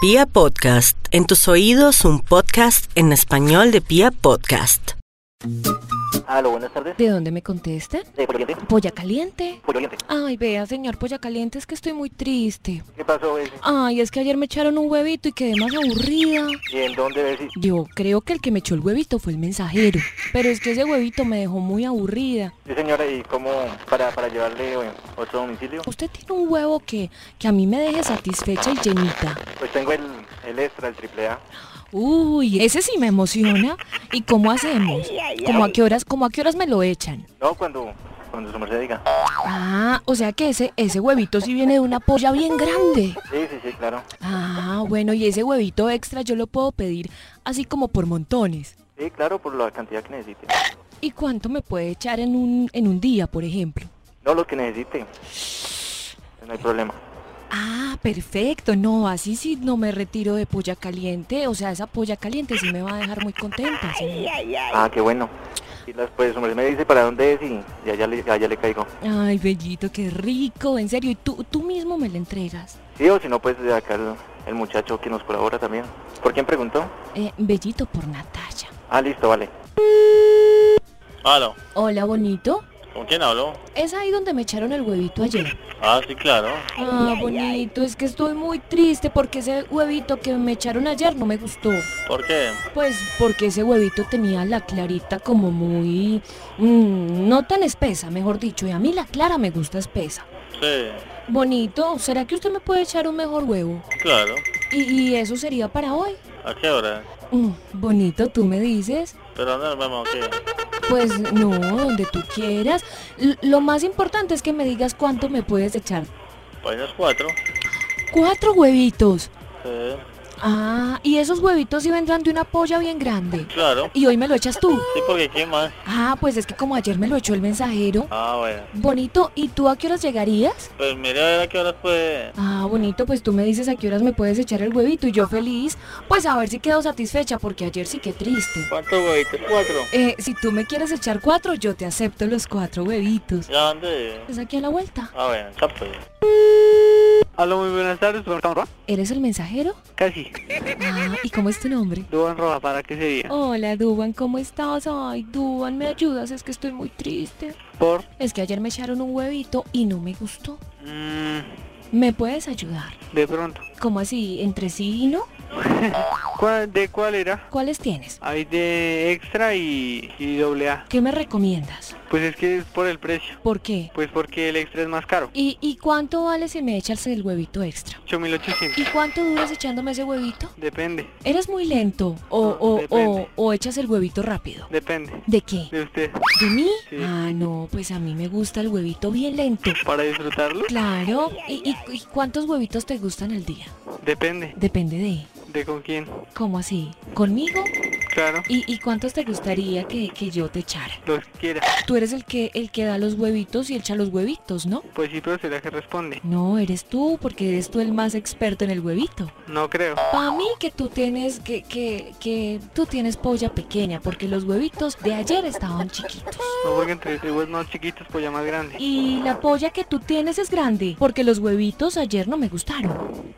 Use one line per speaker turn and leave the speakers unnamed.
Pia Podcast, en tus oídos un podcast en español de Pia Podcast.
Aló, buenas tardes.
¿De dónde me contesta?
¿De Pollo Oriente?
¿Polla caliente?
Pollo Oriente.
Ay, vea, señor Polla caliente, es que estoy muy triste.
¿Qué pasó, Bessie?
Ay, es que ayer me echaron un huevito y quedé más aburrida.
¿Y en dónde, Bessie?
Yo creo que el que me echó el huevito fue el mensajero. Pero es que ese huevito me dejó muy aburrida.
Sí, señora, ¿y cómo para, para llevarle eh, otro domicilio?
Usted tiene un huevo que, que a mí me deje satisfecha y llenita.
Pues tengo el, el extra, el triple A.
Uy, ese sí me emociona. ¿Y cómo hacemos? ¿Cómo a qué horas, cómo a qué horas me lo echan?
No, cuando, cuando su merced diga.
Ah, o sea que ese, ese huevito sí viene de una polla bien grande.
Sí, sí, sí, claro.
Ah, bueno, y ese huevito extra yo lo puedo pedir así como por montones.
Sí, claro, por la cantidad que necesite.
¿Y cuánto me puede echar en un, en un día, por ejemplo?
No lo que necesite. No hay problema.
Ah, perfecto. No, así sí no me retiro de polla caliente. O sea, esa polla caliente sí me va a dejar muy contenta. señor.
Ah, qué bueno. Y las, pues su merced me dice para dónde es y, y allá, le, allá le caigo.
Ay, Bellito, qué rico. En serio, y tú, tú mismo me la entregas.
Sí, o si no, pues de acá el, el muchacho que nos colabora también. ¿Por quién preguntó?
Eh, Bellito por Natalia.
Ah, listo, vale.
Aló,
Hola, bonito.
Ah, ¿con quién hablo?
Es ahí donde me echaron el huevito ayer.
Ah, sí, claro.
Ah, bonito, es que estoy muy triste porque ese huevito que me echaron ayer no me gustó.
¿Por qué?
Pues porque ese huevito tenía la clarita como muy... mm, no tan espesa, mejor dicho, y a mí la clara me gusta espesa.
Sí,
Bonito, ¿será que usted me puede echar un mejor huevo?
claro.
Y, y eso sería para hoy.
¿A qué hora?
Mm, bonito, tú me dices.
¿Pero dónde nos vemos o qué?
Pues no, donde tú quieras. L- lo más importante es que me digas cuánto me puedes echar.
Pues las cuatro.
Cuatro huevitos.
Sí,
Ah, y esos huevitos sí vendrán de una polla bien grande.
claro.
Y hoy me lo echas tú.
Sí, porque ¿quién más?
Ah, pues es que como ayer me lo echó el mensajero.
Ah, bueno.
Bonito, ¿y tú a qué horas llegarías?
Pues mire a ver a qué horas puede...
Ah, bonito, pues tú me dices a qué horas me puedes echar el huevito y yo feliz. Pues a ver si quedo satisfecha porque ayer sí que triste.
¿Cuántos huevitos? Cuatro.
Eh, si tú me quieres echar cuatro, yo te acepto los cuatro huevitos.
¿Ya dónde?
Es aquí a la vuelta.
Ah, bueno, ya pues.
Aló, muy buenas tardes, don Juan Roa.
¿Eres el mensajero?
Casi,
Ah, ¿y cómo es tu nombre?
Juan Roa, ¿para qué sería?
Hola, Duban, ¿cómo estás? Ay, Duban, ¿me ayudas? Es que estoy muy triste.
Por...
Es que ayer me echaron un huevito y no me gustó.
mm,
¿Me puedes ayudar?
de pronto.
¿Cómo así? ¿Entre sí y no?
¿Cuál- ¿De cuál era?
¿Cuáles tienes?
Hay de extra y, y doble A.
¿Qué me recomiendas?
Pues es que es por el precio.
¿Por qué?
Pues porque el extra es más caro.
¿Y, y cuánto vale si me echas el huevito extra?
8800.
¿Y cuánto duras echándome ese huevito?
Depende,
¿Eres muy lento o,
Ah,
o, o,
depende.
o echas el huevito rápido?
depende.
¿De qué?
De usted.
¿De mí?
Sí.
Ah, no, pues a mí me gusta el huevito bien lento.
¿Para disfrutarlo?
Claro. ¿Y, y- y cuántos huevitos te gustan al día?
Depende.
Depende de...
¿De con quién?
¿Cómo así? ¿Conmigo?
Claro,
¿Y, y cuántos te gustaría que, que yo te echara?
los que quiera.
Tú eres el que, el que da los huevitos y echa los huevitos, ¿no?
Pues sí, pero será que responde.
No, eres tú, porque eres tú el más experto en el huevito.
No creo.
Para mí que tú tienes que, que, que tú tienes polla pequeña porque los huevitos de ayer estaban chiquitos.
No porque entre igual no chiquitos, pues ya más grande.
Y la polla que tú tienes es grande porque los huevitos ayer no me gustaron.